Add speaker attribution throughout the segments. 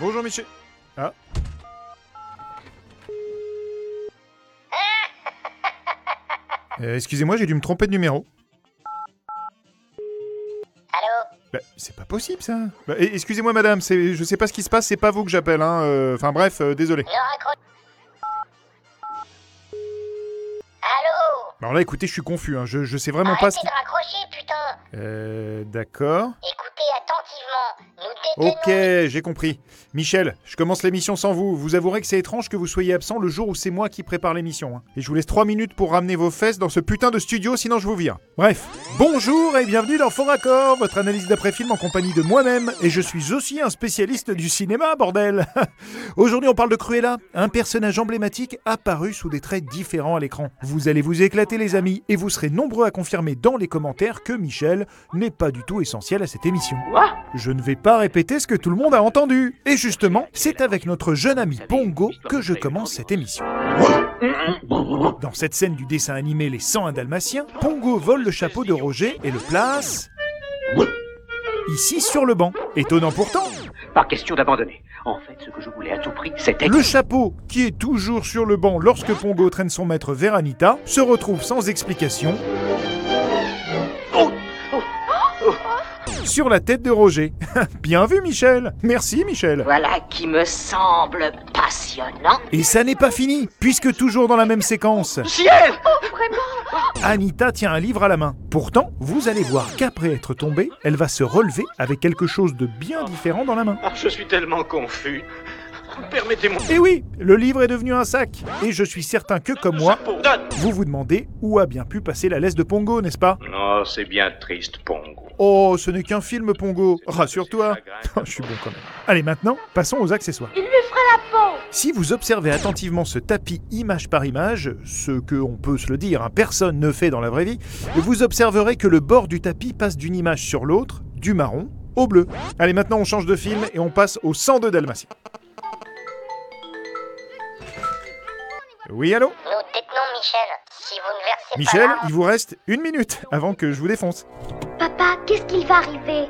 Speaker 1: Bonjour monsieur. Ah. Euh, Excusez-moi, j'ai dû me tromper de numéro.
Speaker 2: Allô
Speaker 1: Bah, c'est pas possible ça. Bah, eh, excusez-moi madame, c'est, je sais pas ce qui se passe, c'est pas vous que j'appelle, hein. euh, Enfin bref, euh, désolé.
Speaker 2: Le raccroche. Allô
Speaker 1: Alors là, écoutez, je suis confus, hein. je, je sais vraiment pas ce
Speaker 2: Arrêtez
Speaker 1: qui.
Speaker 2: de raccrocher, putain
Speaker 1: Euh, d'accord.
Speaker 2: Écoutez attentivement. Nous détenons...
Speaker 1: Ok, j'ai compris. Michel, je commence l'émission sans vous. Vous avouerez que c'est étrange que vous soyez absent le jour où c'est moi qui prépare l'émission. hein. Et je vous laisse 3 minutes pour ramener vos fesses dans ce putain de studio, sinon je vous vire. Bref, bonjour et bienvenue dans Fort Accord, votre analyse d'après-film en compagnie de moi-même. Et je suis aussi un spécialiste du cinéma, bordel Aujourd'hui, on parle de Cruella, un personnage emblématique apparu sous des traits différents à l'écran. Vous allez vous éclater, les amis, et vous serez nombreux à confirmer dans les commentaires que Michel n'est pas du tout essentiel à cette émission. Je ne vais pas répéter ce que tout le monde a entendu. Et justement, c'est avec notre jeune ami Pongo que je commence cette émission. Dans cette scène du dessin animé Les 101 Dalmatiens, Pongo vole le chapeau de Roger et le place ici sur le banc. Étonnant pourtant,
Speaker 3: Pas question d'abandonner. En fait, ce que je voulais à tout prix, c'était...
Speaker 1: le chapeau, qui est toujours sur le banc lorsque Pongo traîne son maître vers Anita, se retrouve sans explication sur la tête de Roger. Bien vu Michel Merci Michel
Speaker 3: Voilà qui me semble passionnant.
Speaker 1: Et ça n'est pas fini, puisque toujours dans la même séquence,
Speaker 3: Ciel
Speaker 1: Anita tient un livre à la main. Pourtant, vous allez voir qu'après être tombée, elle va se relever avec quelque chose de bien différent dans la main.
Speaker 4: Ah, je suis tellement confus. Permettez-moi.
Speaker 1: Et Eh oui, le livre est devenu un sac. Et je suis certain que, comme moi,
Speaker 4: Chapeau, donne
Speaker 1: vous vous demandez où a bien pu passer la laisse de Pongo, n'est-ce pas
Speaker 4: Non, c'est bien triste, Pongo.
Speaker 1: Oh, ce n'est qu'un film, Pongo. Rassure-toi. Je suis bon quand même. Allez, maintenant, passons aux accessoires.
Speaker 5: Il lui fera la peau
Speaker 1: Si vous observez attentivement ce tapis image par image, ce que on peut se le dire, hein, personne ne fait dans la vraie vie, vous observerez que le bord du tapis passe d'une image sur l'autre, du marron au bleu. Allez, maintenant on change de film et on passe au 102 Dalmatien. Oui, allô
Speaker 2: Nous détenons Michel. Si vous ne versez
Speaker 1: Michel,
Speaker 2: pas... la-
Speaker 1: il vous reste une minute avant que je vous défonce.
Speaker 5: Papa, qu'est-ce qu'il va arriver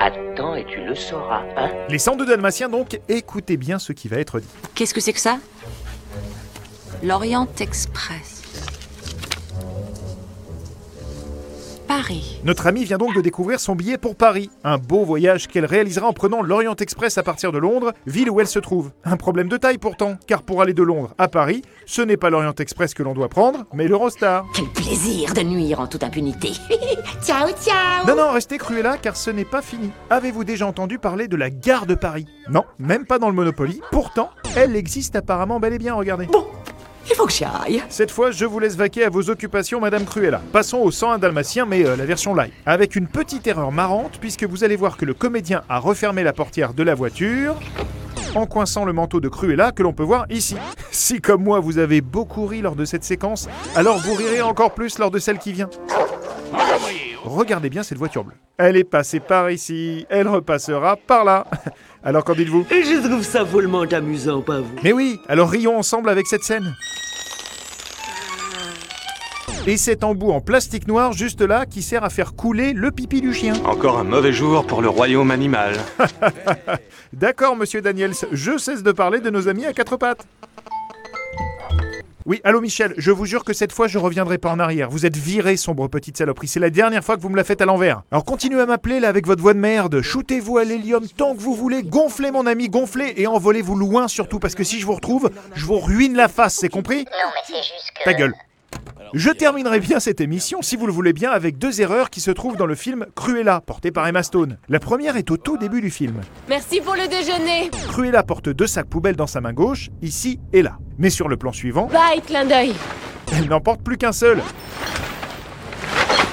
Speaker 3: Attends et tu le sauras, hein
Speaker 1: Les 102 Dalmatiens, donc, écoutez bien ce qui va être dit.
Speaker 6: Qu'est-ce que c'est que ça L'Orient Express. Paris.
Speaker 1: Notre amie vient donc de découvrir son billet pour Paris. Un beau voyage qu'elle réalisera en prenant l'Orient Express à partir de Londres, ville où elle se trouve. Un problème de taille pourtant, car pour aller de Londres à Paris, ce n'est pas l'Orient Express que l'on doit prendre, mais l'Eurostar.
Speaker 7: Quel plaisir de nuire en toute impunité. ciao, ciao.
Speaker 1: Non, non, restez Cruella, car ce n'est pas fini. Avez-vous déjà entendu parler de la gare de Paris Non, même pas dans le Monopoly. Pourtant, elle existe apparemment bel et bien, regardez.
Speaker 7: Bon, il faut que j'y aille.
Speaker 1: Cette fois, je vous laisse vaquer à vos occupations, Madame Cruella. Passons au 101 Dalmatien, mais euh, la version live. Avec une petite erreur marrante, puisque vous allez voir que le comédien a refermé la portière de la voiture en coinçant le manteau de Cruella que l'on peut voir ici. Si comme moi vous avez beaucoup ri lors de cette séquence, alors vous rirez encore plus lors de celle qui vient. Regardez bien cette voiture bleue. Elle est passée par ici, elle repassera par là. Alors qu'en dites-vous
Speaker 8: Et je trouve ça follement amusant, pas vous
Speaker 1: mais oui, alors rions ensemble avec cette scène. Et cet embout en plastique noir juste là qui sert à faire couler le pipi du chien.
Speaker 9: Encore un mauvais jour pour le royaume animal.
Speaker 1: D'accord, monsieur Daniels, je cesse de parler de nos amis à quatre pattes. Oui, allô Michel, je vous jure que cette fois je reviendrai pas en arrière. Vous êtes viré, sombre petite saloperie. C'est la dernière fois que vous me la faites à l'envers. Alors continuez à m'appeler là avec votre voix de merde. Shootez-vous à l'hélium tant que vous voulez. Gonflez mon ami, gonflez et envolez-vous loin surtout parce que si je vous retrouve, je vous ruine la face, c'est compris
Speaker 2: Non, mais c'est juste que...
Speaker 1: Ta gueule. Je terminerai bien cette émission, si vous le voulez bien, avec deux erreurs qui se trouvent dans le film Cruella, porté par Emma Stone. La première est au tout début du film.
Speaker 10: Merci pour le déjeuner.
Speaker 1: Cruella porte deux sacs poubelles dans sa main gauche, ici et là. Mais sur le plan suivant,
Speaker 10: Bye, clin d'œil.
Speaker 1: elle n'en porte plus qu'un seul.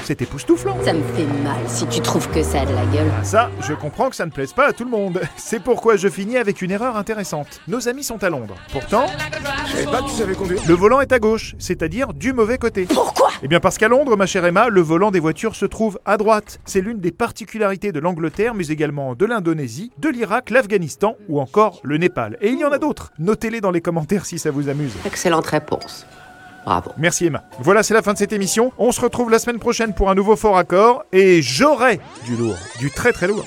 Speaker 1: C'est époustouflant.
Speaker 7: Ça me fait mal si tu trouves que ça a de la gueule.
Speaker 1: Ah, Ça, je comprends que ça ne plaise pas à tout le monde. C'est pourquoi je finis avec une erreur intéressante. Nos amis sont à Londres. Pourtant, le volant est à gauche, c'est-à-dire du mauvais côté.
Speaker 7: Pourquoi
Speaker 1: Eh bien parce qu'à Londres, ma chère Emma, le volant des voitures se trouve à droite. C'est l'une des particularités de l'Angleterre, mais également de l'Indonésie, de l'Irak, l'Afghanistan ou encore le Népal. Et il y en a d'autres. Notez-les dans les commentaires si ça vous amuse.
Speaker 7: Excellente réponse. Bravo.
Speaker 1: Merci Emma. Voilà, c'est la fin de cette émission. On se retrouve la semaine prochaine pour un nouveau fort accord et j'aurai du lourd, du très très lourd.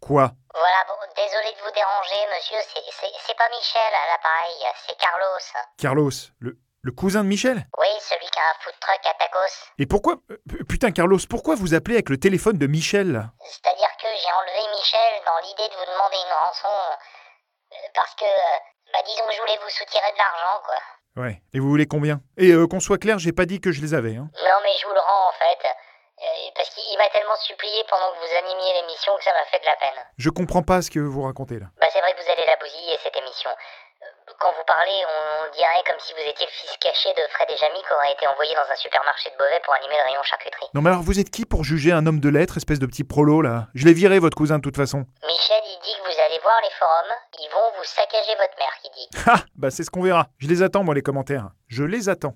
Speaker 1: Quoi
Speaker 2: Voilà, bon, désolé de vous déranger, monsieur, c'est- c'est c'est pas Michel à l'appareil, c'est Carlos.
Speaker 1: Carlos, le, le cousin de Michel
Speaker 2: Oui, celui qui a un food truck à tacos.
Speaker 1: Et pourquoi... euh, Putain, Carlos, pourquoi vous appelez avec le téléphone de Michel là
Speaker 2: C'est-à-dire que j'ai enlevé Michel dans l'idée de vous demander une rançon. euh, Parce que, euh, bah disons que je voulais vous soutirer de l'argent, quoi.
Speaker 1: Ouais. Et vous voulez combien Et euh, qu'on soit clair, j'ai pas dit que je les avais. Hein.
Speaker 2: Non, mais je vous le rends en fait. Euh, parce qu'il m'a tellement supplié pendant que vous animiez l'émission que ça m'a fait de la peine.
Speaker 1: Je comprends pas ce que vous racontez là.
Speaker 2: Bah, c'est vrai que vous allez la bousiller cette émission. Euh, Quand vous parlez, on dirait comme si vous étiez le fils caché de Fred et Jamie qui aurait été envoyé dans un supermarché de Beauvais pour animer le rayon charcuterie.
Speaker 1: Non mais alors vous êtes qui pour juger un homme de lettres, espèce de petit prolo là Je l'ai viré votre cousin de toute façon.
Speaker 2: Michel, il dit que vous allez voir les forums, ils vont vous saccager votre mère, il dit.
Speaker 1: Ha Bah c'est ce qu'on verra. Je les attends moi les commentaires. Je les attends.